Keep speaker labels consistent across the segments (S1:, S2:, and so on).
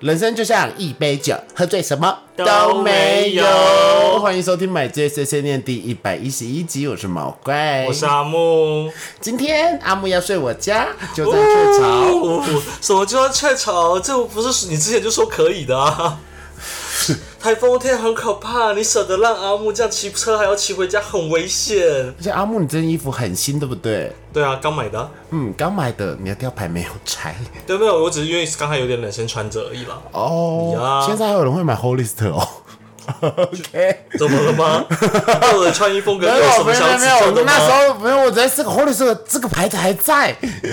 S1: 人生就像一杯酒，喝醉什么
S2: 都没有
S1: 欢迎收听《买醉碎碎念》第一百一十一集，我是毛怪，
S2: 哎我是阿木，
S1: 今天阿木要睡我家，就在雀巢。
S2: 哦什么叫雀巢？这不是你之前就说可以 的啊？台风天很可怕，你舍得让阿木这样骑车还要骑回家，很危险。
S1: 而且阿木，你这件衣服很新，对不对？
S2: 对啊，刚买的啊、
S1: 嗯，刚买的，你的吊牌没有拆
S2: 对没有？我只是因为刚才有点冷，先穿着而已啦。
S1: 哦。
S2: 呀
S1: 现在还有人会买 Hollister 哦。OK，
S2: 怎么了吗？跟我的穿衣风格
S1: 没
S2: 有什
S1: 有
S2: 么
S1: 没
S2: 相
S1: 有
S2: 似
S1: 没有，
S2: 的
S1: 我那
S2: 吗？
S1: 时候没有，我在这个 Hollister 这个牌子还在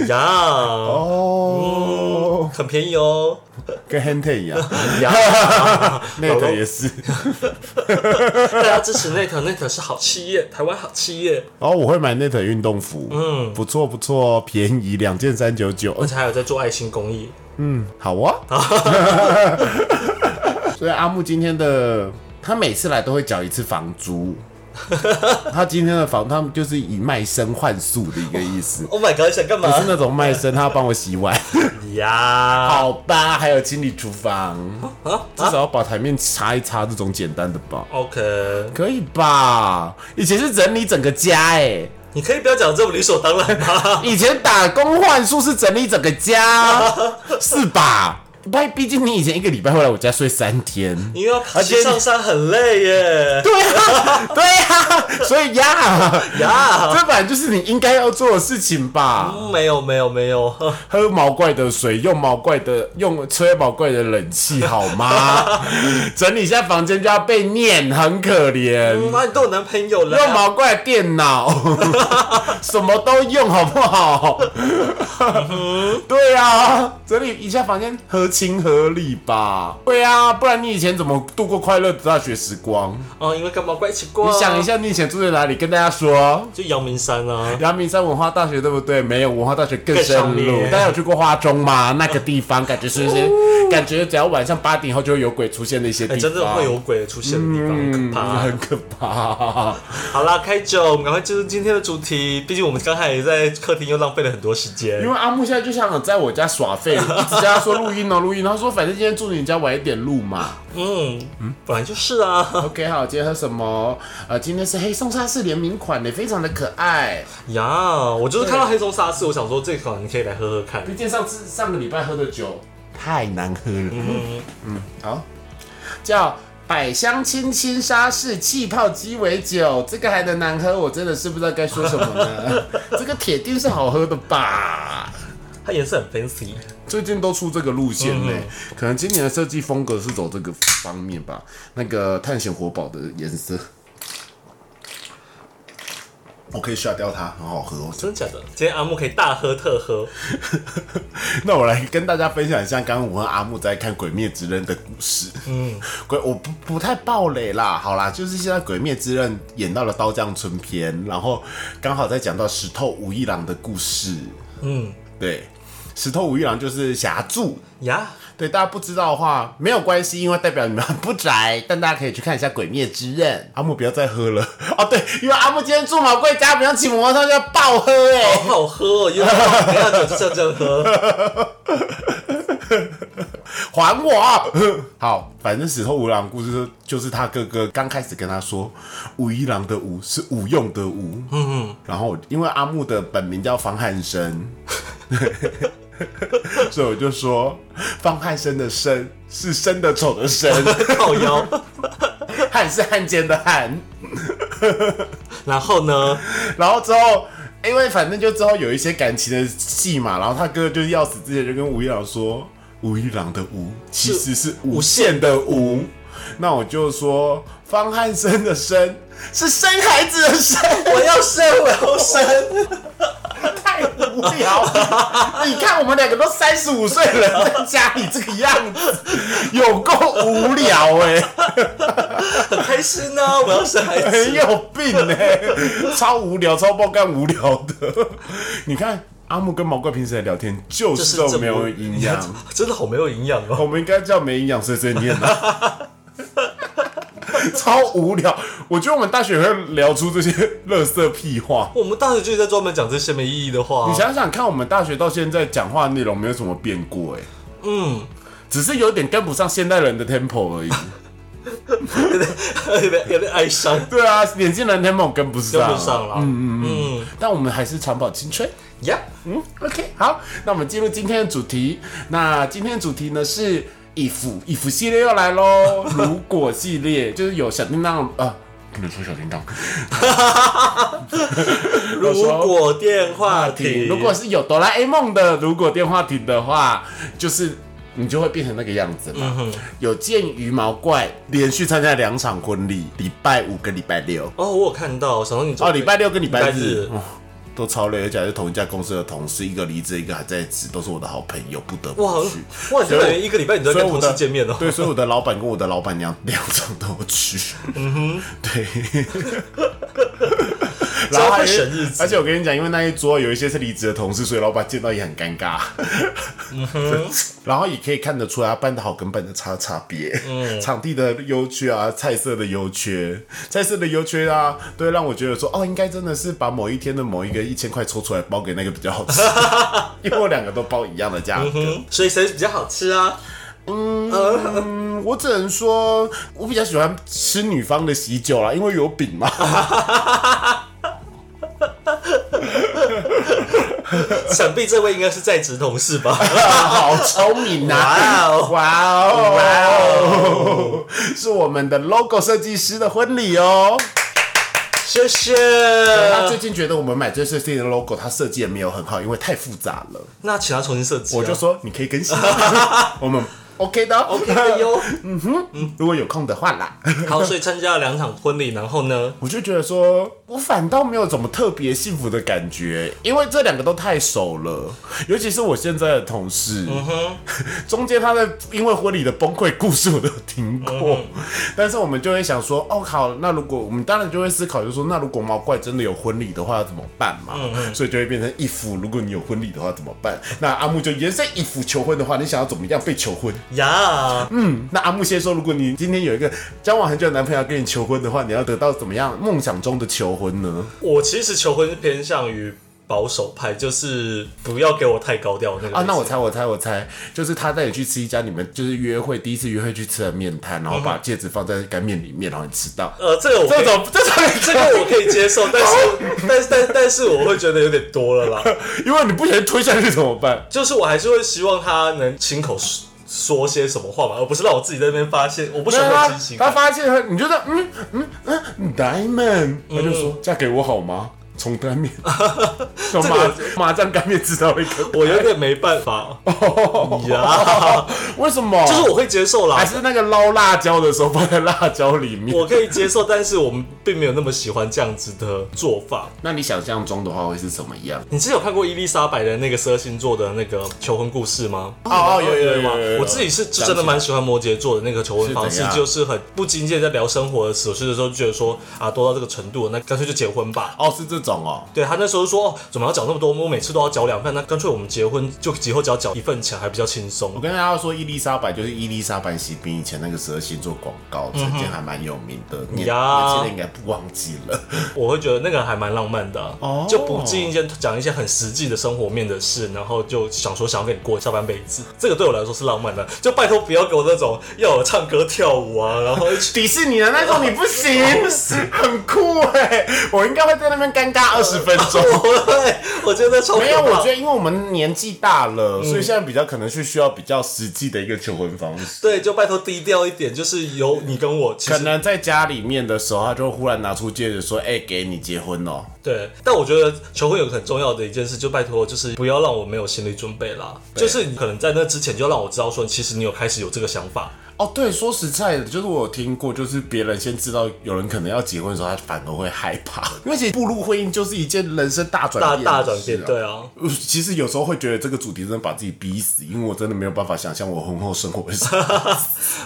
S2: 呀，
S1: 哦，
S2: 很便宜哦。
S1: 跟 Hunter 一 样，Net 也是。
S2: 大家支持 Net，Net 是好企业，台湾好企业，
S1: 然后我会买 Net 运动服，嗯，不错不错哦，便宜两件三九九哎
S2: 而，且还有在做爱心公益。
S1: 好啊。所以阿木今天的，他每次来都会缴一次房租。他今天的房，他们就是以卖身换宿的一个意思，
S2: Oh my god，你想干嘛
S1: 不？是那种卖身，他要帮我洗碗，
S2: 呀，
S1: 好吧？还有清理厨房，
S2: 啊
S1: 至少要把台面擦一擦，这种简单的吧，
S2: ，OK，
S1: 可以吧？以前是整理整个家、欸，哎。
S2: 你可以不要讲这么理所当然 吗？
S1: 以前打工换宿是整理整个 家，是吧？毕毕竟你以前一个礼拜会来我家睡三天，
S2: 因为要爬
S1: 而且你
S2: 山上山很累耶，
S1: 对啊，对啊，所以呀，嗯
S2: 呀，
S1: 这本来就是你应该要做的事情吧？
S2: 没有没有没有，
S1: 喝毛怪的水，用毛怪的用吹毛怪的冷气好 吗？整理一下房间就要被念，很可怜。
S2: 妈，你都有男朋友 了，
S1: 用毛怪的电脑， 什么都用好不好？
S2: 嗯
S1: 对啊，整理一下房间，合情合理吧？对啊，不然你以前怎么度过快乐的大学时光？
S2: 哦，因为跟毛怪一起过，
S1: 你想一，下，你以前住在哪里？跟大家说。
S2: 就阳明山啊，
S1: 阳明山文化大学对不对？没有文化大学更
S2: 更上
S1: 深入。
S2: 面
S1: 大家有去过花中吗？那个地方感觉是不是？感觉只要晚上八点以后就会有鬼出现的一些地方，
S2: 哎，
S1: 嗯
S2: 真的会有鬼出现的地方，很可怕。
S1: 很可怕。
S2: 好啦，开酒，我们赶快进入今天的主题，毕竟我们刚才也在客厅又浪费了很多时间
S1: 因。为阿木现在就想在我家耍废，一直叫他说录音哦录音哦，他说反正今天住你家晚一点录 嘛。
S2: 嗯嗯，本来就是啊，
S1: OK，好，今天喝什么？呃，今天是黑松沙士联名款的，非常的可爱。
S2: 呀，我就是看到黑松沙士，我想说这款你可以来喝喝看。
S1: 毕竟上次上个礼拜喝的酒太难喝了。
S2: 嗯，
S1: 好，叫百香清新沙士气泡鸡尾酒，这个还能难喝？我真的是不知道该说什么 呢。这个铁定是好喝的吧？
S2: 它颜色很 fancy。
S1: 最近都出这个路线呢、可能今年的设计风格是走这个方面吧，那个探险活宝的颜色。我可以刷掉它，很好喝哦。
S2: 真的假的？今天阿木可以大喝特喝，
S1: 那我来跟大家分享一下，刚刚我和阿木在看《鬼灭之刃》的故事。嗯，鬼我不不太暴雷啦，好啦，就是现在《鬼灭之刃》演到了刀匠村篇，然后刚好在讲到石头武一郎的故事。
S2: 嗯，
S1: 对，石头武一郎就是霞柱，
S2: 呀，
S1: 对，大家不知道的话没有关系，因为代表你们不宅，但大家可以去看一下《鬼灭之刃》。阿木不要再喝了哦，对，因为阿木今天住毛贵家，不用骑摩托车就要爆喝哎、
S2: 好好喝哦，因为不要酒就这样这样喝，
S1: 还我！好，反正石头五郎故事就是他哥哥刚开始跟他说，五一郎的五是无用的无，嗯，然后因为阿木的本名叫方汉 生，所以我就说方汉生的生是生的丑的生，
S2: 靠腰。
S1: 汉是汉奸的汉。
S2: 然后呢，
S1: 然后之后，因为反正就之后有一些感情的戏嘛，然后他哥就是要死之前就跟吴一郎说，吴一郎的吴其实是无限的无。那我就说方汉生的生是生孩子的生，
S2: 我要生，我要生，
S1: 太无聊了。你看我们两个都三十五岁了，在家里这个样子，有够无聊哎、
S2: 很开心呢、我要生孩
S1: 很
S2: 子。
S1: 有病呢、 超无聊，超爆干无聊的。你看阿木跟毛怪平时在聊天，就
S2: 就是是
S1: 都
S2: 这
S1: 没有营养。，
S2: 真的好没有营养哦。
S1: 我们应该叫没营养碎碎 念啊。超无聊，我觉得我们大学会聊出这些垃圾屁话。
S2: 我们大学就是在专门讲这些没意义的话
S1: 你。想想看，我们大学到现在讲话内容没有什么变过、欸，哎，
S2: 嗯，
S1: 只是有点跟不上现代人的 tempo 而已。
S2: 有点有点哀伤，
S1: 对啊，年轻人 tempo 跟不
S2: 跟
S1: 上，啊
S2: 不上了。嗯嗯嗯，
S1: 但我们还是长保青春。
S2: 呀，
S1: 嗯，OK，好，那我们进入今天的主题。那今天的主题呢是衣服，衣服系列又来 喽。如果系列就是有小叮当啊、呃，不能说小 叮当，
S2: 如果电话亭，
S1: 如果是有哆啦 A 梦的如果电话亭的话，就是你就会变成那个样子嘛。有鉴于毛怪连续参加两场婚礼，礼拜五跟礼拜六，
S2: 哦，我有看到，想说你怎么
S1: 哦，礼拜六跟礼拜
S2: 礼拜
S1: 日
S2: 日。
S1: 哦都超累，而且还是同一家公司的同事，一个离职，一个还在职，都是我的好朋友，不得
S2: 哇
S1: 不去。，
S2: 哇，你就感觉一个礼拜你都
S1: 所
S2: 在
S1: 以
S2: 跟
S1: 我
S2: 同
S1: 的
S2: 事见面哦。
S1: 对，所以我的老板跟我的老板娘 两场都有去。嗯哼， 对。然后还
S2: 真会选日子
S1: 而且我跟你讲，因为那一桌有一些是离职的同事，所以老板见到也很尴尬。
S2: 嗯
S1: 然后也可以看得出来，他办的好跟办的差的差别。
S2: 嗯
S1: 场地的优缺啊，菜色的优缺，菜色的优缺啊，对，让我觉得说，哦，应该真的是把某一天的某一个一千块抽出来包给那个比较好 吃，因为我两个都包一样的价格。
S2: 嗯，所以谁比较好吃啊？
S1: 嗯我只能说，我比较喜欢吃女方的喜酒啦，因为有饼嘛。
S2: 想必这位应该是在职同事吧？
S1: 好聪明啊！
S2: 哇哦
S1: 哇哦哇哦，是我们的 logo 设计师的婚礼哦。
S2: 谢谢。呃
S1: 他最近觉得我们买最设计的 logo，他设计也没有很好，因为太复杂了。
S2: 那请他重新设计啊。
S1: 我就说你可以更新，我们 OK 的
S2: OK 的哟。
S1: 如果有空的话啦。
S2: 哎好，所以参加了两场婚礼，然后呢？
S1: 我就觉得说，我反倒没有怎么特别幸福的感觉，因为这两个都太熟了，尤其是我现在的同事，中间他的因为婚礼的崩溃故事我都有听过，但是我们就会想说，哦，好，那如果我们当然就会思考，就说那如果毛怪真的有婚礼的话要怎么办嘛？所以就会变成一夫，如果你有婚礼的话怎么办？那阿木就延伸一夫求婚的话，你想要怎么样被求婚？
S2: 呀，
S1: 那阿木先说，如果你今天有一个交往很久的男朋友要跟你求婚的话，你要得到怎么样梦想中的求婚呢？
S2: 我其实求婚偏向于保守派，就是不要给我太高调那个
S1: 啊，那我
S2: 类型
S1: 猜，我猜，我猜，就是他带你去吃一家你们就是约会第一次约会去吃的面摊，
S2: 嗯
S1: 然后把戒指放在干面里面，然后你吃到。
S2: 呃，这个我可
S1: 这
S2: 以
S1: 种这种
S2: 这个我 可以接受，但是但是但但是我会觉得有点多了啦。
S1: 因为你不小心推下去怎么办？
S2: 就是我还是会希望他能亲口说说些什么话嘛，而不是让我自己在那边发现，我不喜欢有
S1: 他
S2: 惊喜
S1: 啊他
S2: 感。
S1: 发现他，你觉得嗯嗯嗯，diamond，他就
S2: 嗯
S1: 说嫁给我好吗？从干 面，从麻麻酱干面吃到一个，
S2: 我有点没办法
S1: 哦
S2: 呀，
S1: 为什么？
S2: 哦就是我会接受啦
S1: 还，是那个捞辣椒的时候放在辣椒里面。
S2: 我可以接受，但是我们并没有那么喜欢这样子的做法。
S1: 那你想象中的话会是什么样？
S2: 你之前有看过伊丽莎白的那个十二星座的那个求婚故事吗？
S1: 哦哦有有有有
S2: 吗
S1: 有有有
S2: 我自己是真的蛮喜欢摩羯座的那个求婚方
S1: 是
S2: 式
S1: 怎，样
S2: 就是很不经意地在聊生活的琐事的时候，就觉得说啊，都到这个程度了，那干脆就结婚吧。
S1: 哦，是这种哦。
S2: 对他那时候说哦，怎么要缴那么多？我每次都要缴两份，那干脆我们结婚就以后只要缴一份钱，还比较轻
S1: 我
S2: 松。
S1: 跟大家说，伊丽莎白就是伊丽莎白喜宾以前那个十二星座广告，曾经还蛮有名的，年年
S2: 呀
S1: 轻人应该不忘记了。
S2: 我会觉得那个还蛮浪漫的啊、
S1: 哦
S2: 就不经意间讲一些很实际的生活面的事，然后就想说想要跟你过下半辈子，这个对我来说是浪漫的。就拜托不要给我那种要我唱歌跳舞啊，然后一起
S1: 迪士尼的那种你不行，很酷哎、 我应该会在那边尴尬二十分钟。
S2: 我觉得超可 怕
S1: 没有，我觉得因为我们年纪大了，所以现在比较可能是需要比较实际的一个求婚方式。
S2: 对，就拜托低调一点，就是有你跟我，其
S1: 可
S2: 实
S1: 能在家里面的时候，他就忽然拿出戒指说：“哎、给你结婚哦。”
S2: 对，但我觉得求婚有个很重要的一件事，就拜托，就是不要让我没有心理准备啦。
S1: 对
S2: 就是你可能在那之前就要让我知道说，其实你有开始有这个想法。
S1: 哦，对，说实在的，就是我有听过，就是别人先知道有人可能要结婚的时候，他反而会害怕， 因为其实步入婚姻就是一件人生大转
S2: 大
S1: 变、
S2: 大转变，。对啊，
S1: 呃其实有时候会觉得这个主题真的把自己逼死，因为我真的没有办法想象我婚后生活是 什么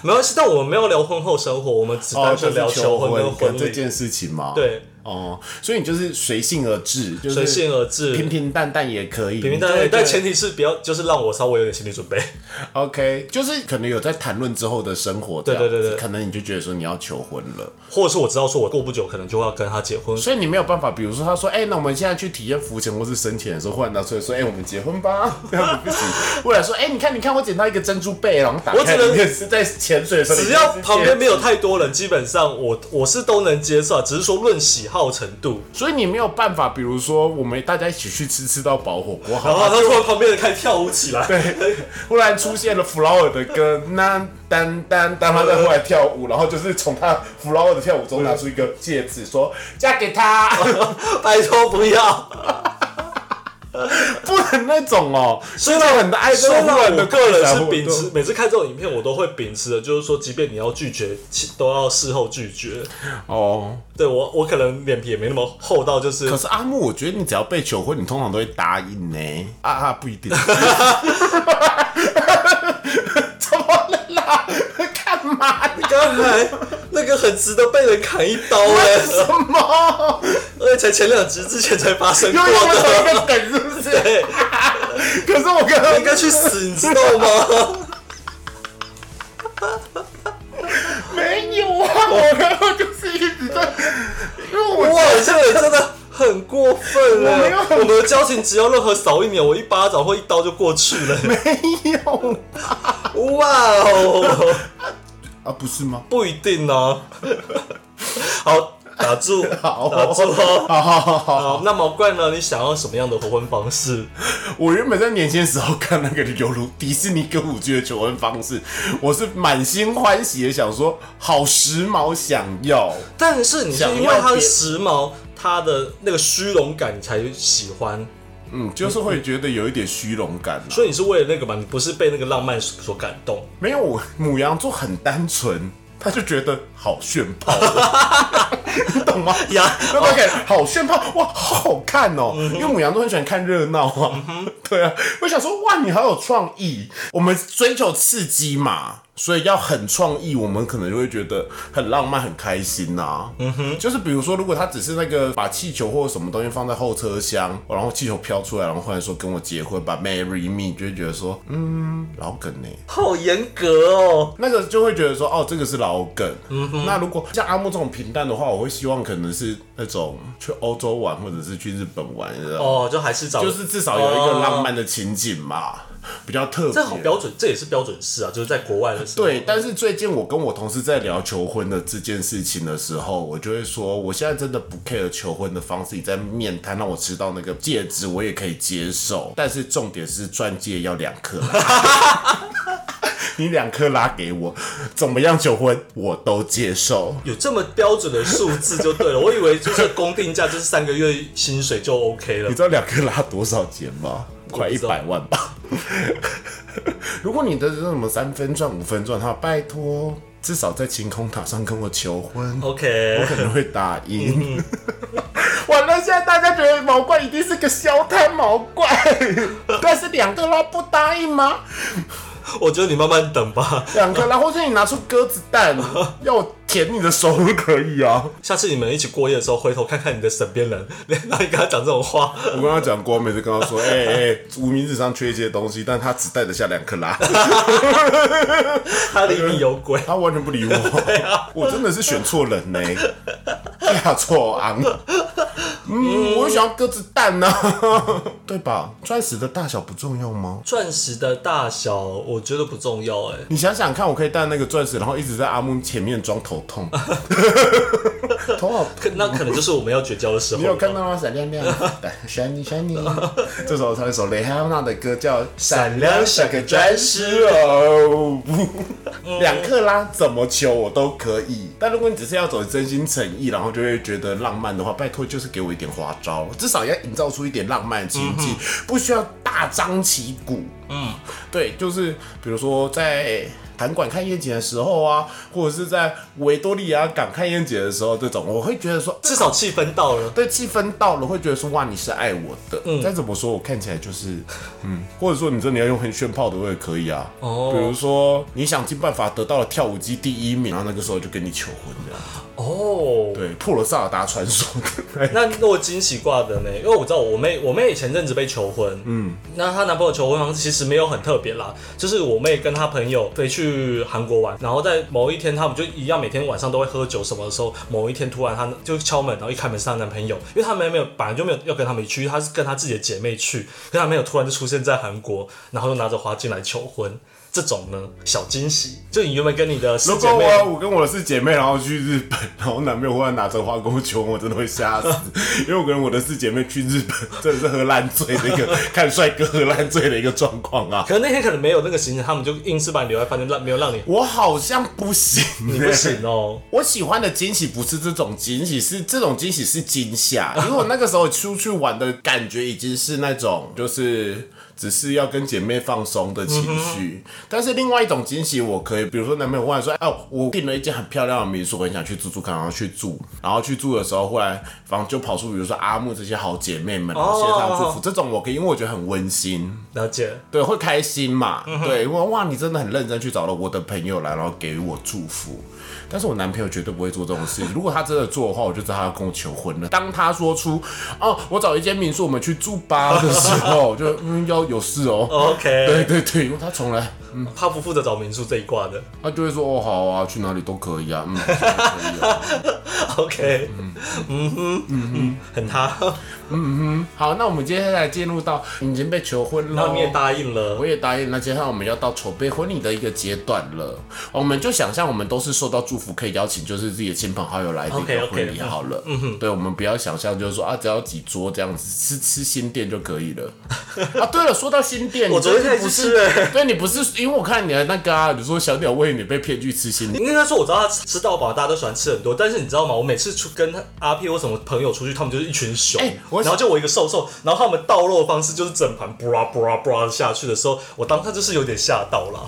S2: 没关系。但我们没有聊婚后生活，我们只
S1: 哦，
S2: 单
S1: 就
S2: 纯
S1: 是
S2: 聊
S1: 哦求
S2: 求婚跟
S1: 跟
S2: 婚
S1: 这
S2: 礼。
S1: 件事情嘛。，
S2: 对，
S1: 哦，所以你就是随性而至，就是
S2: 随性而至，
S1: 平平淡淡也可以，
S2: 平平淡淡，
S1: 你就会觉得
S2: 但前提是不要，就是让我稍微有点心理准备。
S1: OK，就是可能有在谈论之后的生活这
S2: 对
S1: 样子，
S2: 对对对
S1: 可能你就觉得说你要求婚了，
S2: 或者是我知道说我过不久可能就要跟他结婚，
S1: 所以你没有办法，比如说他说，哎、那我们现在去体验浮潜或是深潜的时候，忽然拿出来说，哎、我们结婚 吧，这样子不行，或者说，哎、你看，你看，我捡到一个珍珠贝，然后打
S2: 我只
S1: 开，
S2: 能
S1: 里面是在潜水的时候，
S2: 只
S1: 里
S2: 要
S1: 面是戒指
S2: 旁边没有，太多人，基本上我我是都能接受啊，只是说论喜好程度。
S1: 所以你没有办法，比如说我们大家一起去吃吃到饱火锅，
S2: 然
S1: 好
S2: 后
S1: 吗？
S2: 他突然旁边人开始跳舞起来，
S1: 忽然出现了 flower 的歌，那当当当他在忽然跳舞，然后就是从他 flower 的跳舞中拿出一个戒指，说嫁给 他。
S2: 拜托不要。
S1: 不能那种哦、虽然很爱，
S2: 虽然
S1: 但是忽然
S2: 我
S1: 的
S2: 个人是
S1: 不
S2: 秉
S1: 能
S2: 持，每次看这种影片，我都会秉持的，就是说，即便你要拒绝，其都要事后拒绝。
S1: 哦。
S2: 对我，我可能脸皮也没那么厚到，就是
S1: 可是阿木，我觉得你只要被求婚，你通常都会答应呢、啊啊，不一 定。怎么了啦？干嘛？你
S2: 刚才那个很值得被人砍一刀哎、
S1: 什么？
S2: 而且才前两集之前才发生
S1: 又
S2: 过
S1: 用了
S2: 的。
S1: 同一个梗是不是？
S2: 对，
S1: 可是我刚刚
S2: 应该去死，你知道 吗？
S1: 没有啊，我刚刚就是一直在，因为我
S2: 哇，这个人真的很过分
S1: 我没
S2: 了。
S1: 有
S2: 我们的交情只要任何少一秒，我一巴掌或一刀就过去了。
S1: 没有
S2: 哇哦，
S1: 啊，不是吗？
S2: 不一定哦。 好，打 住，
S1: 好
S2: 打住哦。
S1: 好好好好。
S2: 好，那毛怪呢？你想要什么样的求婚方式？
S1: 我原本在年轻时候看那个犹如迪士尼歌舞剧的求婚方式，我是满心欢喜的想说，好时髦，想要。
S2: 但是你是因
S1: 想要
S2: 为它的
S1: 别
S2: 时髦，它的那个虚荣感，你才喜欢，
S1: 嗯，就是会觉得有一点虚荣感、啊。
S2: 所以你是为了那个嘛？你不是被那个浪漫所感动？
S1: 没有，我母羊座很单纯，他就觉得好炫 炮，你懂吗？
S2: 呀，
S1: 那种感觉好炫炮哇，好好看哦！因为母羊都很喜欢看热闹啊， 对啊，我想说哇，你好有创意，我们追求刺激嘛，所以要很创意，我们可能就会觉得很浪漫、很开心呐、嗯哼，就是比如说，如果他只是那个把气球或者什么东西放在后车厢，然后气球飘出来，然后忽然说跟我结婚吧，marry me，就会觉得说嗯，老梗呢、
S2: 好严格哦。
S1: 那个就会觉得说，哦，这个是老梗。
S2: 嗯
S1: 那如果像阿木这种平淡的话，我会希望可能是那种去欧洲玩，或者是去日本玩，你知道吗
S2: 哦，就还是找
S1: 就是至少有一个浪漫的情景嘛，比较特
S2: 这好
S1: 别。
S2: 标准，这也是标准式啊，就是在国外的时候。
S1: 对，但是最近我跟我同事在聊求婚的这件事情的时候，我就会说，我现在真的不 care 求婚的方式，你在面摊让我吃到那个戒指，我也可以接受，但是重点是钻戒要两 颗。你两颗拉给我，怎么样求婚我都接受。
S2: 有这么标准的数字就对了，我以为就是公定价，就是三个月薪水就 OK 了
S1: 你。知道两颗拉多少钱吗？快一
S2: 知道
S1: 百万 吧。如果你的这什么三分赚五分赚，哈，拜托，至少在晴空塔上跟我求婚。我
S2: OK，
S1: 可能会打赢。 完了，现在大家觉得毛怪一定是个消摊毛怪，但是两克拉不答应吗？
S2: 我觉得你慢慢等吧。
S1: 两克拉，或是你拿出鸽子蛋，要我舔你的手都可以啊。
S2: 下次你们一起过夜的时候，回头看看你的枕边人， 然后你跟他讲这种话，
S1: 我跟他讲过，我每次跟他说， 哎、哎、无名指上缺一些东西，但他只带得下两克拉，
S2: 他里面有鬼。
S1: 他完全不理我。我真的是选错人呢、嫁错昂。嗯，我想要鸽子蛋呢、 对吧？钻石的大小不重要吗？
S2: 钻石的大小，我觉得不重要哎、
S1: 你想想看，我可以戴那个钻石，然后一直在阿木前面装头痛，头好痛。
S2: 可那可能就是我们要绝交的时候
S1: 你
S2: 了。
S1: 有看到吗？闪亮 亮哎，shiny shiny。这 时候唱一首蕾哈娜的歌，叫《闪亮像个钻石哦》。两克拉怎么求我都可以，但如果你只是要走真心诚意，然后就会觉得浪漫的话，拜托就是给我一点花招，至少要营造出一点浪漫的情境，
S2: 嗯
S1: 不需要大张旗鼓。嗯，对，就是比如说在韩馆看夜景的时候啊，或者是在维多利亚港看夜景的时候，这种我会觉得说，
S2: 至少气氛到了。
S1: 对气氛到了，会觉得说哇，你是爱我的。
S2: 嗯
S1: 再怎么说，我看起来就是，嗯，或者说你真的要用很炫炮的，我也可以啊。
S2: 哦
S1: 比如说你想尽办法得到了跳舞机第一名，然后那个时候就跟你求婚这样。
S2: 哦，
S1: 对，破了萨尔达传 说的
S2: 那那我惊喜挂的呢？因为我知道我妹，我妹以前阵子被求婚，嗯，那她男朋友求婚方式其实没有很特别啦，就是我妹跟她朋友飞去韩国玩，然后在某一天他们就一样每天晚上都会喝酒什么的时候，某一天突然她就敲门，然后一开门是她男朋友，因为她没有没有本来就没有要跟他们一起去，她是跟她自己的姐妹去，可她男朋友突然就出现在韩国，然后又拿着花进来求婚。这种呢，小惊喜，就你原本跟你的师
S1: 如
S2: 姐
S1: 果
S2: 妹，
S1: 我我跟我的是姐妹，然后去日本， 然后男朋友忽然拿着花跟我求婚，我真的会吓 死。因为我跟我的四姐妹去日本， 真的是喝烂醉的一 个看帅哥喝烂醉的一个状况啊。
S2: 可能那天可能没有那个行程，他们就硬是把你留在饭店，让没有让你，
S1: 我好像不行、欸
S2: 你不行哦。
S1: 我喜欢的惊喜不是这种惊喜，是这种惊喜是惊吓。因为我那个时候出去玩的感觉已经是那种，就是只是要跟姐妹放松的情绪。但是另外一种惊喜，我可以，比如说男朋友忽然说：“哦，我订了一间很漂亮的民宿，我很想去住住看。”然后去住，然后去住的时候，忽然然后就跑出，比如说阿木这些好姐妹们，然后线上祝福，这种我可以，因为我觉得很温馨。
S2: 了解，
S1: 对，会开心嘛？
S2: 嗯
S1: 对，因为哇，你真的很认真去找了我的朋友来，然后给予我祝福。但是我男朋友绝对不会做这种事情。如果他真的做的话，我就知道他要跟我求婚了。当他说出“哦，我找一间民宿，我们去住吧”的时候，我就嗯，要有事哦。
S2: OK
S1: 对对对，因为他从来
S2: 他不负责找民宿这一挂的。
S1: 他就会说哦好啊，去哪里都可以啊，嗯，去哪里都可以啊。
S2: OK，嗯哼，嗯哼，很他，
S1: 好，那我们接下来进入到已经被求婚
S2: 然
S1: 了，
S2: 后你也答应了
S1: 我。也答应了，接下来我们要到筹备婚礼的一个阶段了。我们就想象我们都是受到祝福，可以邀请就是自己的亲朋好友来这个
S2: OK，OK，
S1: 婚礼好了。嗯哼，对，我们不要想象就是说啊，只要几桌这样子，吃吃新店就可 以了。啊，对了，说到新店，
S2: 我
S1: 你
S2: 昨天
S1: 真的
S2: 才
S1: 不
S2: 去
S1: 是
S2: 吃欸
S1: 对你不是，因为我看你的那个啊，你说小鸟胃你被骗去吃新店。
S2: 应该说我知道他吃到饱，大家都喜欢吃很多，但是你知道吗？我每次出跟阿 P 或什么朋友出去，他们就是一群熊，
S1: 哎我
S2: 然后就我一个瘦瘦，然后他们倒肉的方式就是整盘布拉布拉布拉下去的时候，我当下就是有点吓到了。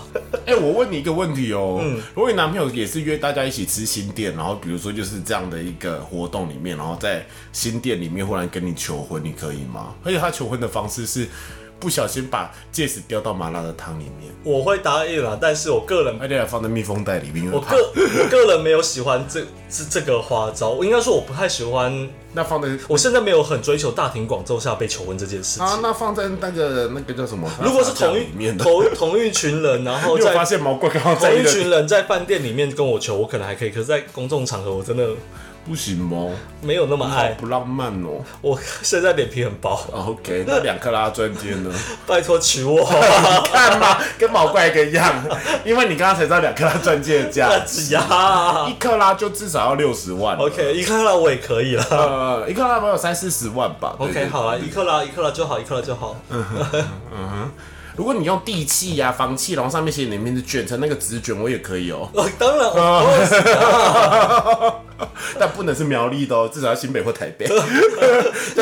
S1: 哎、我问你一个问题哦、
S2: 嗯
S1: 如果你男朋友也是约大家一起吃新店，然后比如说就是这样的一个活动里面，然后在新店里面忽然跟你求婚，你可以吗？而且他求婚的方式是不小心把戒指掉到麻辣的汤里面，
S2: 我会答应了，但是我个人
S1: 而且还放在密封袋里面，因为
S2: 我
S1: 怕
S2: 个我个人没有喜欢这这这个花招，我应该说我不太喜欢，
S1: 那放在
S2: 我现在没有很追求大庭广众下被求婚这件事情。
S1: 啊，那放在那个那个叫什么？
S2: 如果是同
S1: 里
S2: 一
S1: 面的，
S2: 同同一群人，然后
S1: 你有发
S2: 在
S1: 现毛怪刚刚在
S2: 同
S1: 意
S2: 一
S1: 的
S2: 群人在饭店里面跟我求，我可能还可以，可是，在公众场合我真的
S1: 不行哦，
S2: 没有那么
S1: 好
S2: 爱。
S1: 不浪漫哦。
S2: 我现在脸皮很薄，
S1: 啊 OK，那两克拉钻戒呢？
S2: 拜托 娶我，
S1: 看嘛，跟毛怪一个样，因为你刚刚才知道两克拉钻戒的价
S2: 大
S1: 值，
S2: 子呀
S1: 一克拉就至少要六十万。
S2: ！OK，一克拉我也可以了。
S1: 呃，一克拉没有三四十万吧
S2: OK，。好啊了，一克拉一克拉就好，一克拉就好。
S1: 嗯对如果你用地契呀、房契，然后上面写你的名字，卷成那个纸卷，我也可以 哦、
S2: 哦当然，我
S1: 但不能是苗栗的哦、至少要新北或台 北。
S2: 那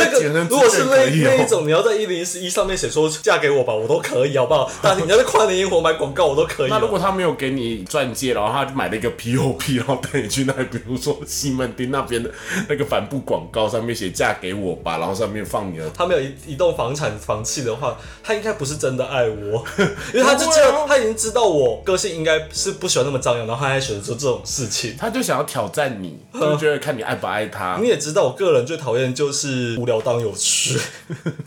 S1: 那
S2: 个如果是那那一
S1: 哦。
S2: 种，你要在一零一上面写说嫁给我吧，我都可以，好不好？大庭要在跨年烟火买广告，我都可 以
S1: 那如
S2: 哦。
S1: 果他没有给你钻戒，然后他就买了一个 POP，然后带你去那里，比如说西门町那边的那个帆布广告，上面写“嫁给我吧”，然后上面放你的
S2: 他没有一一栋房产房契的话，他应该不是真的爱 我，因为他就知
S1: 不会啊
S2: 道他已经知道我个性应该是不喜欢那么张扬，然后他还选择做这种事情。
S1: 他就想要挑战你，就觉得看你爱不爱他
S2: 你。也知道，我个人最讨厌就是无聊当有趣，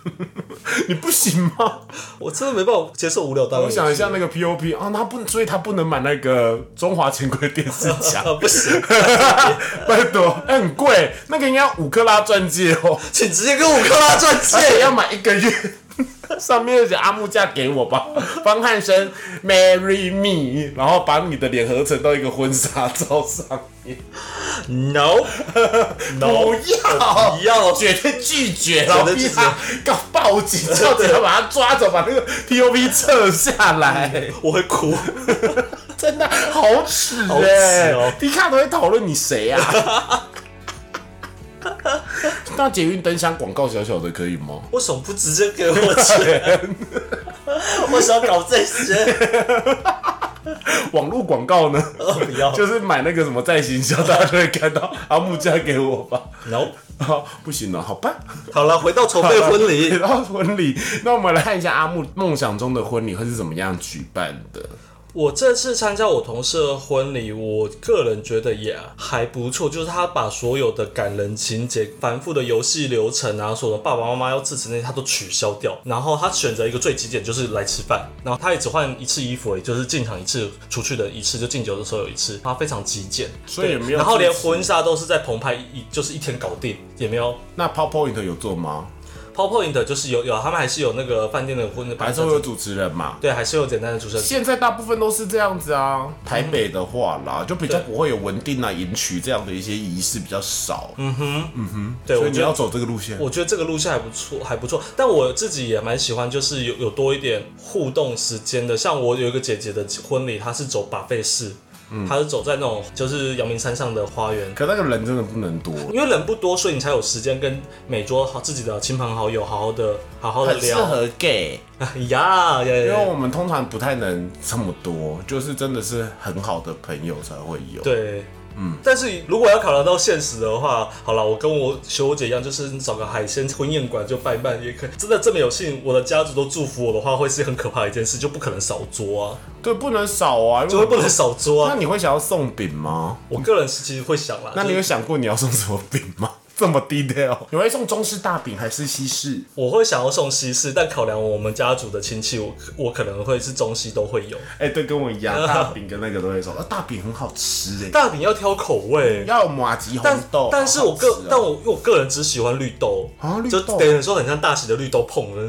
S1: 你不行吗？
S2: 我真的没办法接受无聊当有
S1: 我
S2: 趣。
S1: 想一下那个 POP 啊，那他不，所以他不能买那个中华钱柜电视 墙，
S2: 啊， 不行，
S1: 拜托，哎很贵，那个应该五克拉钻戒哦，
S2: 请直接跟我克拉钻
S1: 而且
S2: 戒。
S1: 要买一个月。上面写阿木嫁给我吧，方汉生 marry me，然后把你的脸合成到一个婚纱照上面，
S2: No，
S1: 不
S2: No，
S1: 要，
S2: 不要
S1: 绝对拒绝，然后
S2: 绝对
S1: 逼
S2: 拒绝
S1: 他告报警，叫警察把他抓走，把那个 POP 撤下来。
S2: 我会哭。
S1: 真的 好耻
S2: 好耻
S1: 哎、
S2: 哦
S1: 迪卡都会讨 论你谁呀、啊？那捷运灯箱广告小小的可以吗？
S2: 为什么不直 接给我钱？为什么要搞这些？
S1: 网络广告 呢，
S2: 哦不要，
S1: 就是买那个什么在行销，大家都会看到阿木嫁给我吧。
S2: no。
S1: 好，不行了，好 吧。
S2: 好了，回到筹备 婚礼，
S1: 然后婚礼，那我们来看一下阿木梦想中的婚礼会是怎么样举办的。
S2: 我这次参加我同事的婚礼，我个人觉得也还不错，就是他把所有的感人情节、繁复的游戏流程啊，所有的爸爸妈妈要致辞那些，他都取消掉。然后他选择一个最极简，就是来吃饭。然后他也只换一次衣服，也就是进场一次，出去的一次，就敬酒的时候有一次，他非常极简。
S1: 所以也没有
S2: 对然后连
S1: 致辞
S2: 婚纱都是在澎湃一就是一天搞定，也没有
S1: 那 PowerPoint 有做吗？
S2: PowerPoint，就是有啊有他们还是有那个饭店的婚
S1: 还
S2: 白
S1: 是会有主持人嘛？
S2: 对，还是有简单的主持人
S1: 现在大部分都是这样子啊。嗯台北的话啦，就比较不会有文定啊、迎娶这样的一些仪式比较少，
S2: 对，
S1: 嗯所
S2: 我
S1: 以你
S2: 觉得
S1: 要走这个路线。
S2: 我觉得这个路线还不错，还不错。但我自己也蛮喜欢，就是有有多一点互动时间的。像我有一个姐姐的婚礼，她是走把费式，她是走在那种就是阳明山上的花园。
S1: 可那个人真的不能多，
S2: 因为人不多，所以你才有时间跟每桌好自己的亲朋好友好好的好好的
S1: 很适
S2: 聊。
S1: 合 gay，
S2: 呀呀
S1: 因为
S2: 呀！
S1: 我们通常不太能这么多，就是真的是很好的朋友才会有。
S2: 对，嗯。但是如果要考量到现实的话，好了，我跟我学我姐一样，就是你找个海鲜婚宴馆就办一办也可以。真的这么有幸，我的家族都祝福我的话，会是很可怕的一件事，就不可能少桌啊。
S1: 对，不能少啊，因
S2: 就
S1: 为
S2: 会不能。少桌
S1: 那
S2: 啊。
S1: 你会想要送饼吗？
S2: 我个人是其实会想啦，
S1: 那你
S2: 就
S1: 有
S2: 是
S1: 想过你要送什么饼吗？ 这么 detail，你会送中式大饼还是西式？
S2: 我会想要送西式，但考量我们家族的亲戚，我我可能会是中西都会有。
S1: 哎、对，跟我一样，大饼跟那个都会送。啊、大饼很好吃哎、
S2: 大饼要挑口味，
S1: 要有马吉红
S2: 但
S1: 嗯豆。
S2: 但是
S1: 好
S2: 我
S1: 好
S2: 个、
S1: 吃哦
S2: 但我我个人只喜欢绿豆
S1: 啊绿
S2: 就
S1: 豆
S2: 等于说很像大型的绿豆碰的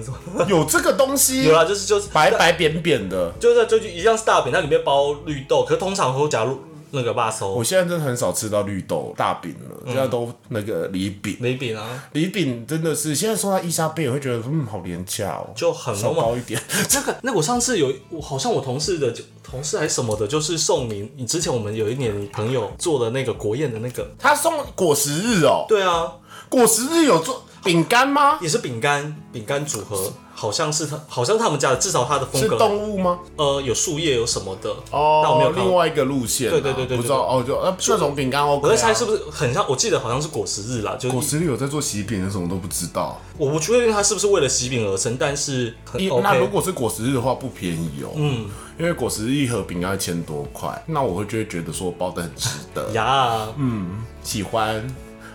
S2: 那种。
S1: 有这个东西，
S2: 有啦，啊就是就是
S1: 白白扁扁的。
S2: 就是就就一样是大饼，它里面包绿豆，可是通常会加入那个辣
S1: 我
S2: 手
S1: 现在真的很少吃到绿豆大饼了，现在都那个梨饼。
S2: 梅饼啊，
S1: 梨饼真的是现在送到伊莎贝尔，会觉得嗯好廉价哦，
S2: 就很
S1: 少
S2: 浓嘛。
S1: 包一点。
S2: 那个，那个我上次有，我好像我同事的同事还是什么的，就是送你，你之前我们有一年你朋友做的那个国宴的那个，
S1: 他送果实日哦，
S2: 对啊，
S1: 果实日有做饼干吗？
S2: 也是饼干饼干组合，好像是他，好像是他们家的，至少它的风
S1: 是
S2: 格，
S1: 动物吗？
S2: 呃，有树叶有什么的，但我
S1: 哦
S2: 没有，看
S1: 另
S2: 过。
S1: 外一个路线啊，
S2: 对对对对对
S1: 不知道哦，就呃这种饼干 OK
S2: 我
S1: 啊。
S2: 在猜是不是很像，我记得好像是果实日啦，就
S1: 果
S2: 是
S1: 实日有在做喜饼，什么都不知道。
S2: 我不确定它是不是为了喜饼而生，但是很
S1: 一
S2: OK。
S1: 那如果是果实日的话，不便宜哦。嗯，因为果实日一盒饼干一千多块，那我会就会觉得说包的很值得，
S2: 呀，
S1: 嗯喜欢。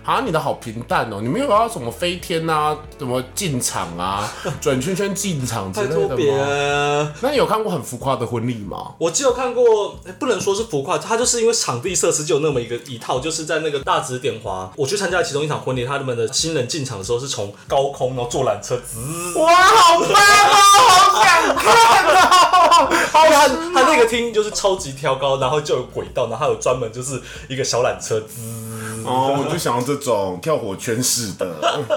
S1: 啊，你的好平淡哦，你没有要什么飞天啊，什么进场 啊，转圈圈进场之
S2: 拜
S1: 类
S2: 托
S1: 的
S2: 别
S1: 吗？
S2: 人。
S1: 那你有看过很浮夸的婚礼吗？
S2: 我只有看过，欸不能说是浮夸，它就是因为场地设施就有那么一个一套，就是在那个大直点华，我去参加其中一场婚礼，他们的新人进场的时候是从高空然后坐缆车，滋，
S1: 哇，好棒哦，好想看哦， 好
S2: 他
S1: 想
S2: 他那个厅就是超级挑高，然后就有轨道，然后还有专门就是一个小缆车，滋，
S1: 哦，我就想要这种跳火圈式的，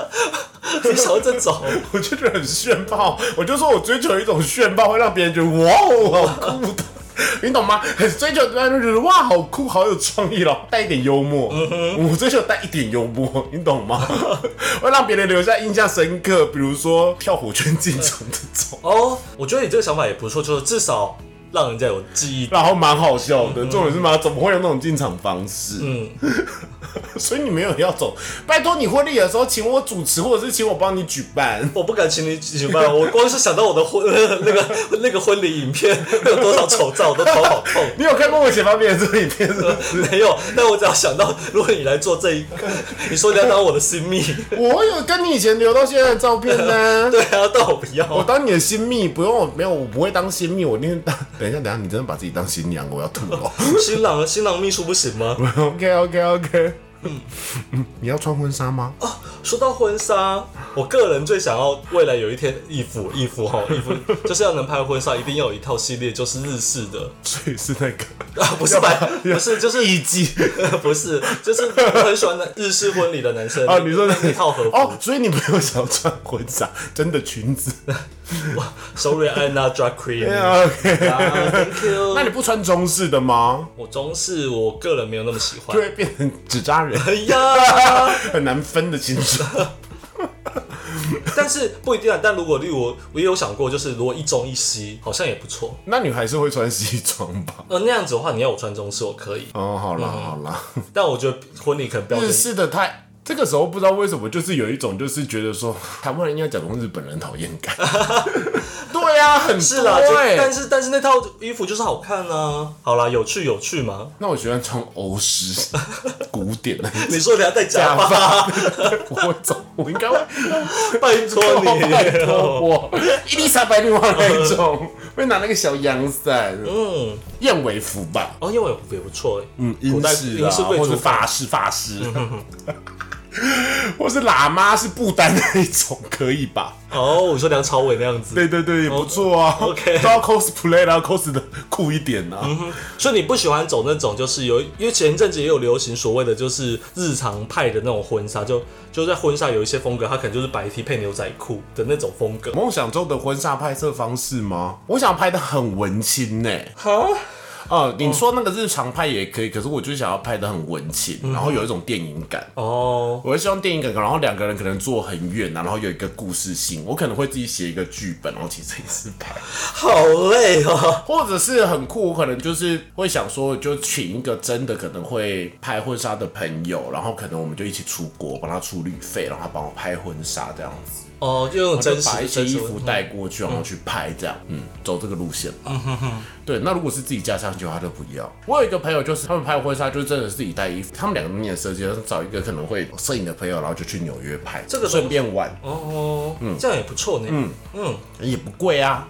S2: 你想要嗯这种？
S1: 我就觉得很炫爆。我就说我追求一种炫爆，会让别人觉得哇哦，好酷的。 你懂吗？很追求大家就觉得哇，好酷，好有创意咯，带一点幽默。我追求带一点幽默，你懂吗？ 会让别人留下印象深刻，比如说跳火圈进场这种，
S2: 哦，我觉得你这个想法也不错，就是至少让人家有记忆。
S1: 然后蛮好笑的。重点是嘛，怎么会有那种进场方式？
S2: 嗯，
S1: 所以你没有要走，拜托你婚礼的时候请我主持，或者是请我帮你举办。
S2: 我不敢请你举办，我光是想到我的婚 那个那个婚礼影片有多少丑照，我都头好痛。
S1: 你有看过我写方面的这影片是不是？
S2: 没有，但我只要想到，如果你来做这一个， 你说你要当我的新密，
S1: 我有跟你以前留到现在的照片呢、
S2: 对啊，但我不
S1: 我
S2: 要。
S1: 当你的新密，不用，没有，我不会当新密，我那天当。 等一下，等一下，你真的把自己当新娘，我要吐哦了。
S2: 新郎新郎秘书不行吗？
S1: OK，OK，OK。嗯，你要穿婚纱吗？
S2: 说到婚纱，我个人最想要未来有一天衣服衣服哈衣服，就是要能拍婚纱，一定要有一套系列，就是日式的
S1: 所以是那个
S2: 啊，不是白，不是就是
S1: 艺妓
S2: 不是，就是我很喜欢的日式婚礼的男生
S1: 哦，你说
S2: 那
S1: 的
S2: 一套和服。
S1: 哦，所以你没有想要穿婚纱，真的裙子。
S2: 哇，Sorry I'm not drag queen 啊
S1: OK，
S2: ，Thank
S1: 那
S2: you。
S1: 你不穿中式的吗？
S2: 我中式我个人没有那么喜欢
S1: 就。 会变成纸扎人，
S2: 哎呀。
S1: 很难分得清楚。
S2: 但是不一定啊。但如果例如我也有想过，就是如果一中一西，好像也不错。
S1: 那女还是会穿西装吧？
S2: 呃，那样子的话，你要我穿中式我可以，
S1: 哦，好啦好啦，
S2: 但我觉得婚礼可能标准
S1: 日式的太，这个时候不知道为什么，就是有一种就是觉得说 台湾人应该假装日本人讨厌 感。对啊，很
S2: 是啦，就
S1: 多欸
S2: 但是但是那套衣服就是好看啊。好啦，有趣有趣嘛。
S1: 那我喜欢穿欧式古典 的
S2: 你说等下再
S1: 假
S2: 讲吧，
S1: 发，我会走，我应该会
S2: 拜托你，
S1: 拜托我， 伊丽莎白女王那一种，会拿那个小阳伞，
S2: 嗯，
S1: 燕尾服吧，
S2: 哦，因为也不错哎，嗯，
S1: 英
S2: 古代
S1: 式
S2: 英
S1: 啊，
S2: 式贵
S1: 或
S2: 族
S1: 者法式法式， 或是喇嘛是不丹那一种，可以吧？
S2: 哦，我说梁朝伟那样子，
S1: 对对对，也不错啊。
S2: OK
S1: 都要 cosplay，然后 cos 的酷一点啊。
S2: 所以你不喜欢走那种就是有，因为前一阵子也有流行所谓的就是日常派的那种婚纱，就就在婚纱有一些风格，它可能就是白 T 配牛仔裤的那种风格。
S1: 梦想中的婚纱拍摄方式吗？我想拍的很文青呢、
S2: 好，
S1: 哦、你说那个日常拍也可以，可是我就想要拍的很文青，然后有一种电影感。
S2: 哦，
S1: 我会希望电影感，然后两个人可能坐很远啊，然后有一个故事性。我可能会自己写一个剧本，然后请摄影师拍，
S2: 好累哦。
S1: 或者是很酷，我可能就是会想说，就请一个真的可能会拍婚纱的朋友，然后可能我们就一起出国，帮他出旅费，然后他帮我拍婚纱这样子，
S2: 哦，就用
S1: 就
S2: 真
S1: 把
S2: 实
S1: 一些
S2: 真
S1: 衣
S2: 实
S1: 服带过去，然后去拍这样，嗯，走这个路线
S2: 嗯
S1: 吧。对，那如果是自己加上去的话，就不要。我有一个朋友，就是他们拍婚纱，就真的是自己带衣服，他们两个念设计，找一个可能会摄影的朋友，然后就去纽约拍，
S2: 这个
S1: 顺便玩。
S2: 哦，这样也不错呢。嗯嗯，
S1: 也不贵啊。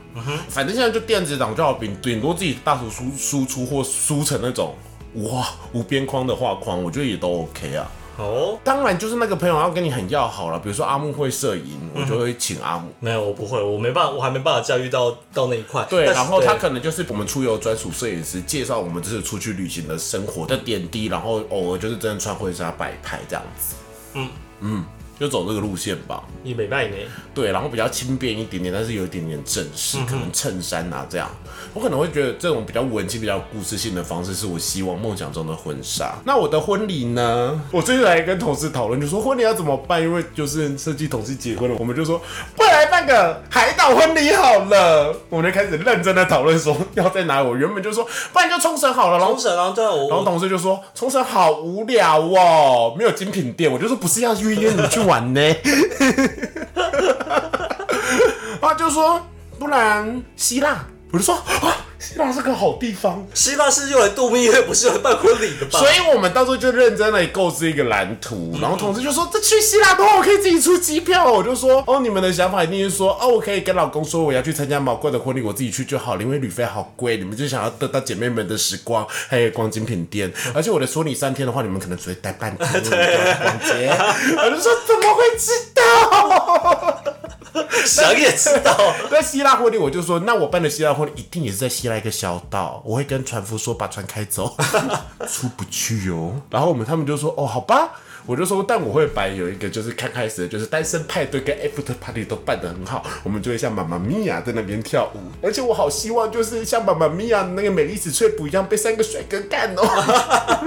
S1: 反正现在就电子档就好，顶顶多自己大幅输输出或输成那种哇无边框的画框，我觉得也都 OK 啊。
S2: 哦，
S1: 当然，就是那个朋友要跟你很要好了，比如说阿木会摄影，我就会请阿木。
S2: 没有，我不会，我没办法，我还没办法驾驭到到那一块。
S1: 对，
S2: 但是
S1: 然后他
S2: 对
S1: 可能就是我们出游专属摄影师，介绍我们这次出去旅行的生活的点滴，然后偶尔就是真的穿婚纱摆拍这样子。
S2: 嗯
S1: 嗯，就走这个路线吧。
S2: 你没卖呢。
S1: 对，然后比较轻便一点点，但是有一点点正式，可能衬衫啊这样。我可能会觉得这种比较文青、比较有故事性的方式，是我希望梦想中的婚纱。那我的婚礼呢？我最近来跟同事讨论，就说婚礼要怎么办，因为就是设计同事结婚了，我们就说不然来办个海岛婚礼好了。我们就开始认真的讨论说要在哪里。我原本就说不然就冲绳好了，然后
S2: 冲绳啊，对啊，我
S1: 然后同事就说：“冲绳好无聊哦，没有精品店。”我就说：“不是要约约你去玩呢。” 他就说：“不然希腊。”我就说：“啊，希腊是个好地方。”
S2: 希腊是用来度蜜月，不是用来办婚礼的吧？
S1: 所以我们到时候就认真的构思一个蓝图，然后同事就说：“这去希腊的话，我可以自己出机票。”我就说：“哦，你们的想法一定是说，哦，我可以跟老公说我要去参加毛怪的婚礼，我自己去就好了，因为旅费好贵。你们就想要得到姐妹们的时光，还有逛精品 店。而且我的说你三天的话，你们可能只会待半 天，因为你们要逛街。”我就说：“怎么会知道？”
S2: 想也知 道。
S1: 在希腊婚礼，我就说，那我办的希腊婚礼一定也是在希腊一个小岛，我会跟船夫说把船开走， 出不去哦哟、然后我们他们就说，哦，好吧。我就说，但我会摆有一个，就是刚开始的就是单身派对跟 after party 都办得很好，我们就会像妈妈咪呀在那边跳舞，而且我好希望就是像妈妈咪呀那个美丽史翠普一样被三个帅哥干哦。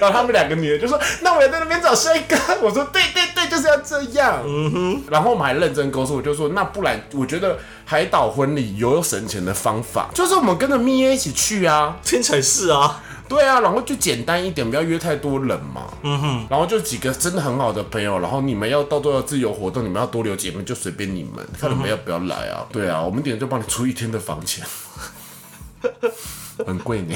S1: 然后他们两个女的就说：“那我也在那边找帅哥。”我说：“对对对，就是要这样。”嗯哼。然后我们还认真沟通，我就说：“那不然，我觉得海岛婚礼有省钱的方法，就是我们跟着蜜耶一起去啊。
S2: 听起来是啊，
S1: 对啊，然后就简单一点，不要约太多人嘛。嗯哼。然后就几个真的很好的朋友，然后你们要到最后自由活动，你们要多留姐妹就随便你们，看你们要不要来
S2: 嗯
S1: 啊。对啊，我们点就帮你出一天的房钱。很贵呢，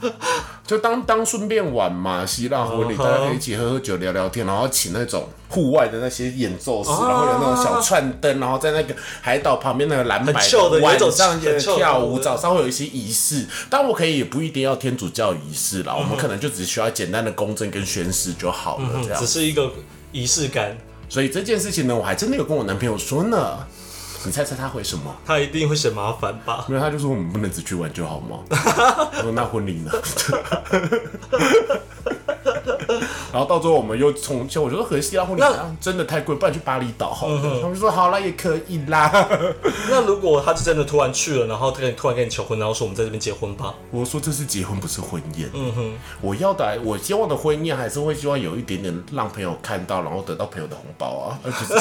S1: 就当当顺便玩嘛，希腊婚礼大家可以一起喝喝酒、聊聊天，然后请那种户外的那些演奏室，
S2: 啊
S1: 然后有那种小串灯，然后在那个海岛旁边那个蓝白
S2: 很 chill 的有一
S1: 晚
S2: 种
S1: 上也
S2: 很 chill 的
S1: 跳
S2: 对
S1: 舞，
S2: 不对
S1: 早上会有一些仪式，但我可以也不一定要天主教仪式啦，我们可能就只需要简单的公证跟宣誓就好了，这样
S2: 嗯只。是一个仪式感，
S1: 所以这件事情呢，我还真的有跟我男朋友说呢，你猜猜他回什么？
S2: 他一定会嫌麻烦吧？
S1: 没有，他就说我们 不能只去玩就好吗？我说那婚礼呢？ 然后到最后我们又重修，我觉得荷西拉婚礼好像真的太贵，不然去巴厘岛好了。他们说好啦，也可以啦。
S2: 那如果他是真的突然去了，然后他跟你突然跟你求婚，然后说我们在这边结婚吧，
S1: 我说这是结婚，不是婚宴。嗯哼，我要的，我希望的婚宴还是会希望有一点点让朋友看到，然后得到朋友的红包 啊，而且是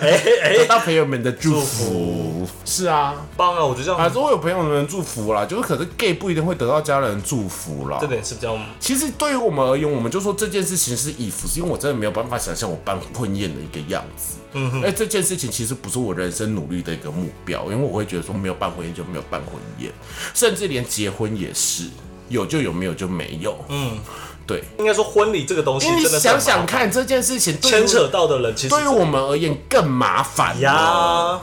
S2: 哎
S1: 得
S2: 哎，
S1: 到朋友们的祝
S2: 祝
S1: 福。是啊，
S2: 棒啊！我觉得这
S1: 啊，
S2: 样
S1: 都会有朋友们祝福啦，就是可是 gay 不一定会得到家人祝福啦
S2: 这。点是比较
S1: 其实对于我们而言，我们就说这件事情是以服，是因为我真的没有办法想象我办婚宴的一个样子。嗯哼，哎，这件事情其实不是我人生努力的一个目标，因为我会觉得说没有办婚宴就没有办婚宴，甚至连结婚也是有就有，没有就没有。嗯，对，
S2: 应该说婚礼这个东西
S1: 因为你
S2: 真的是很
S1: 想想，
S2: 麻烦
S1: 看这件事情对于
S2: 牵扯到的人其实
S1: 对于我们而言更麻烦了。
S2: 呀，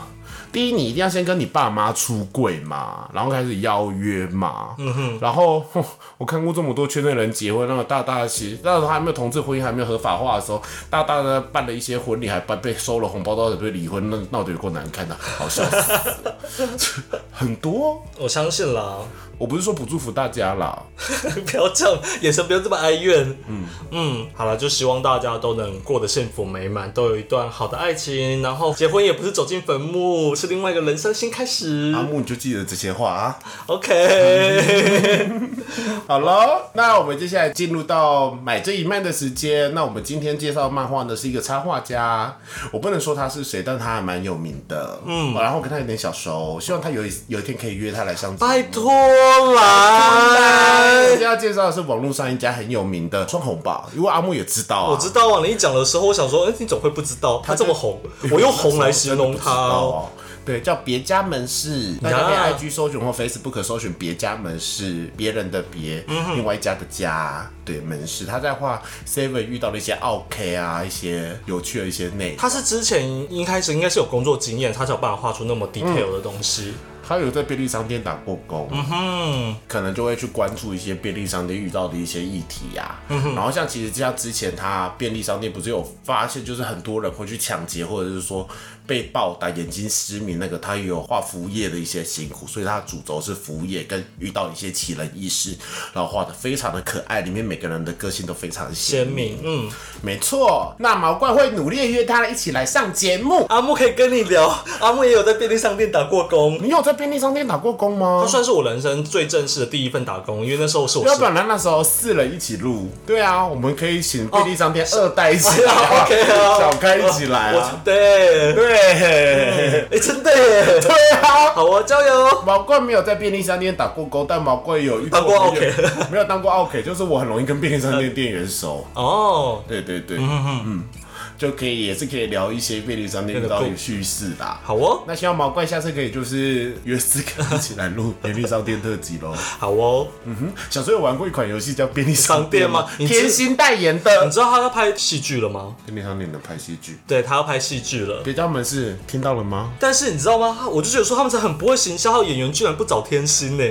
S1: 第一，你一定要先跟你爸妈出柜嘛，然后开始邀约嘛。嗯哼。然后 哼我看过这么多圈内人结婚，那个大大其实那时候还没有同志婚姻还没有合法化的时候，大大呢办了一些婚礼，还办被收了红包，到底被离婚，那闹得有够难看的、好 笑死了。很多哦、
S2: 我相信啦，
S1: 我不是说不祝福大家啦，
S2: 不要这样，眼神不要这么哀怨。嗯嗯，好了，就希望大家都能过得幸福美满，都有一段好的爱情，然后结婚也不是走进坟墓，是另外一个人生新开始。
S1: 阿木你就记得这些话啊。
S2: OK，
S1: 好了，那我们接下来进入到买这一漫的时间。那我们今天介绍的漫画呢，是一个插画家，我不能说他是谁，但他还蛮有名的。嗯，然后我跟他有点小熟，希望他有一有一天可以约他来上节目。
S2: 拜托啦
S1: 今！天要介绍的是网络上一家很有名的双红吧，因为阿木也知道啊，
S2: 我知道啊，你一讲的时候，我想说，哎、你怎么会不知道？他这么红，我用红来形容他、 哦。
S1: 哦。对，叫别家门市，大家可以 IG 搜寻或 Facebook 搜寻别家门市，别人的别，
S2: 嗯
S1: 另外一家的家，对门市。他在画 Seven 遇到了一些 OK 啊，一些有趣的一些内容。
S2: 他是之前一开始应该是有工作经验，他才有办法画出那么 detail 的东西。
S1: 他有在便利商店打过工，可能就会去关注一些便利商店遇到的一些议题呀、然后像其实像之前他便利商店不是有发现，就是很多人会去抢劫，或者是说被暴打、眼睛失明那个，他也有画服务业的一些辛苦，所以他的主轴是服务业跟遇到一些奇人异事，然后画的非常的可爱，里面每个人的个性都非常
S2: 鲜
S1: 鲜明。
S2: 明，嗯，
S1: 没错，那毛怪会努力约他一起来上节目。
S2: 阿木可以跟你聊，阿木也有在便利商店打过工，
S1: 你有在便利商店打过工吗
S2: 它？算是我人生最正式的第一份打工，因为那时候是我
S1: 要
S2: 十
S1: 不然那时候四人一起录，对啊，我们可以请便利商店二代一起来、
S2: 哦 OK 啊
S1: 小开一起来
S2: 我
S1: 啊，
S2: 对，哎、
S1: 对，
S2: 真的耶，
S1: 对啊。
S2: 好啊，加油！
S1: 毛怪没有在便利商店打过工，但毛怪有遇
S2: 当过
S1: 我没有没有当过 OK，就是我很容易跟便利商店店员熟。
S2: 哦，
S1: 对对对，嗯就可以也是可以聊一些便利商店遇到的趣事啦。
S2: 好哦，
S1: 那希望毛怪下次可以就是约四个一起来录便利商店特辑喽。
S2: 好哦。
S1: 小时候有玩过一款游戏叫便利商店吗
S2: 商？店吗你知
S1: 甜心代言
S2: 你
S1: 的
S2: 知道他要拍戏剧了吗？
S1: 便利商店的拍戏剧。
S2: 对他要拍戏剧了。
S1: 别家门市听到了吗？
S2: 但是你知道吗？我就觉得说他们是很不会行销，演员居然不找天心呢。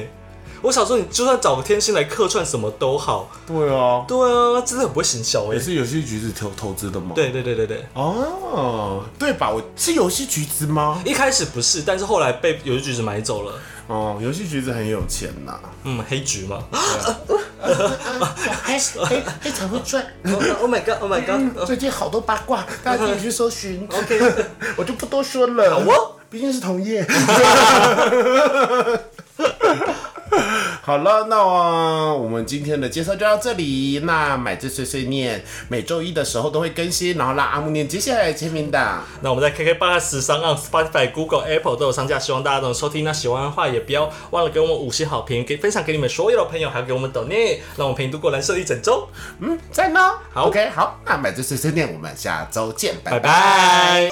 S2: 我想说，你就算找个天心来客串什么都好。
S1: 对啊，
S2: 对啊，真的很不会行销哎
S1: 也。是游戏橘子投投资的吗？，
S2: 对对对对对，
S1: 哦，对吧？我是游戏橘子吗？
S2: 一开始不是，但是后来被有一局子买走了。
S1: 哦，游戏橘子很有钱呐、
S2: 嗯，黑局嘛。
S1: 还还还才会赚。
S2: oh my god! Oh my god!
S1: 最近好多八卦，大家自己去搜寻。
S2: OK，
S1: 我就不多说了，
S2: 好哦，
S1: 毕竟是同业。好了，那呃我们今天的介绍就到这里。那买醉碎碎念每周一的时候都会更新，然后让阿木念接下来的签名档。
S2: 那我们在 KK Bus 上、on Spotify、Google、Apple 都有上架，希望大家都能收听。那喜欢的话也不要忘了给我们五星好评，给分享给你们所有的朋友，还有给我们抖内，让我们陪你度过蓝色一整周。
S1: 嗯，赞哦。
S2: 好
S1: OK，好，那买醉碎碎念，我们下周见，拜
S2: 拜
S1: 拜
S2: 拜。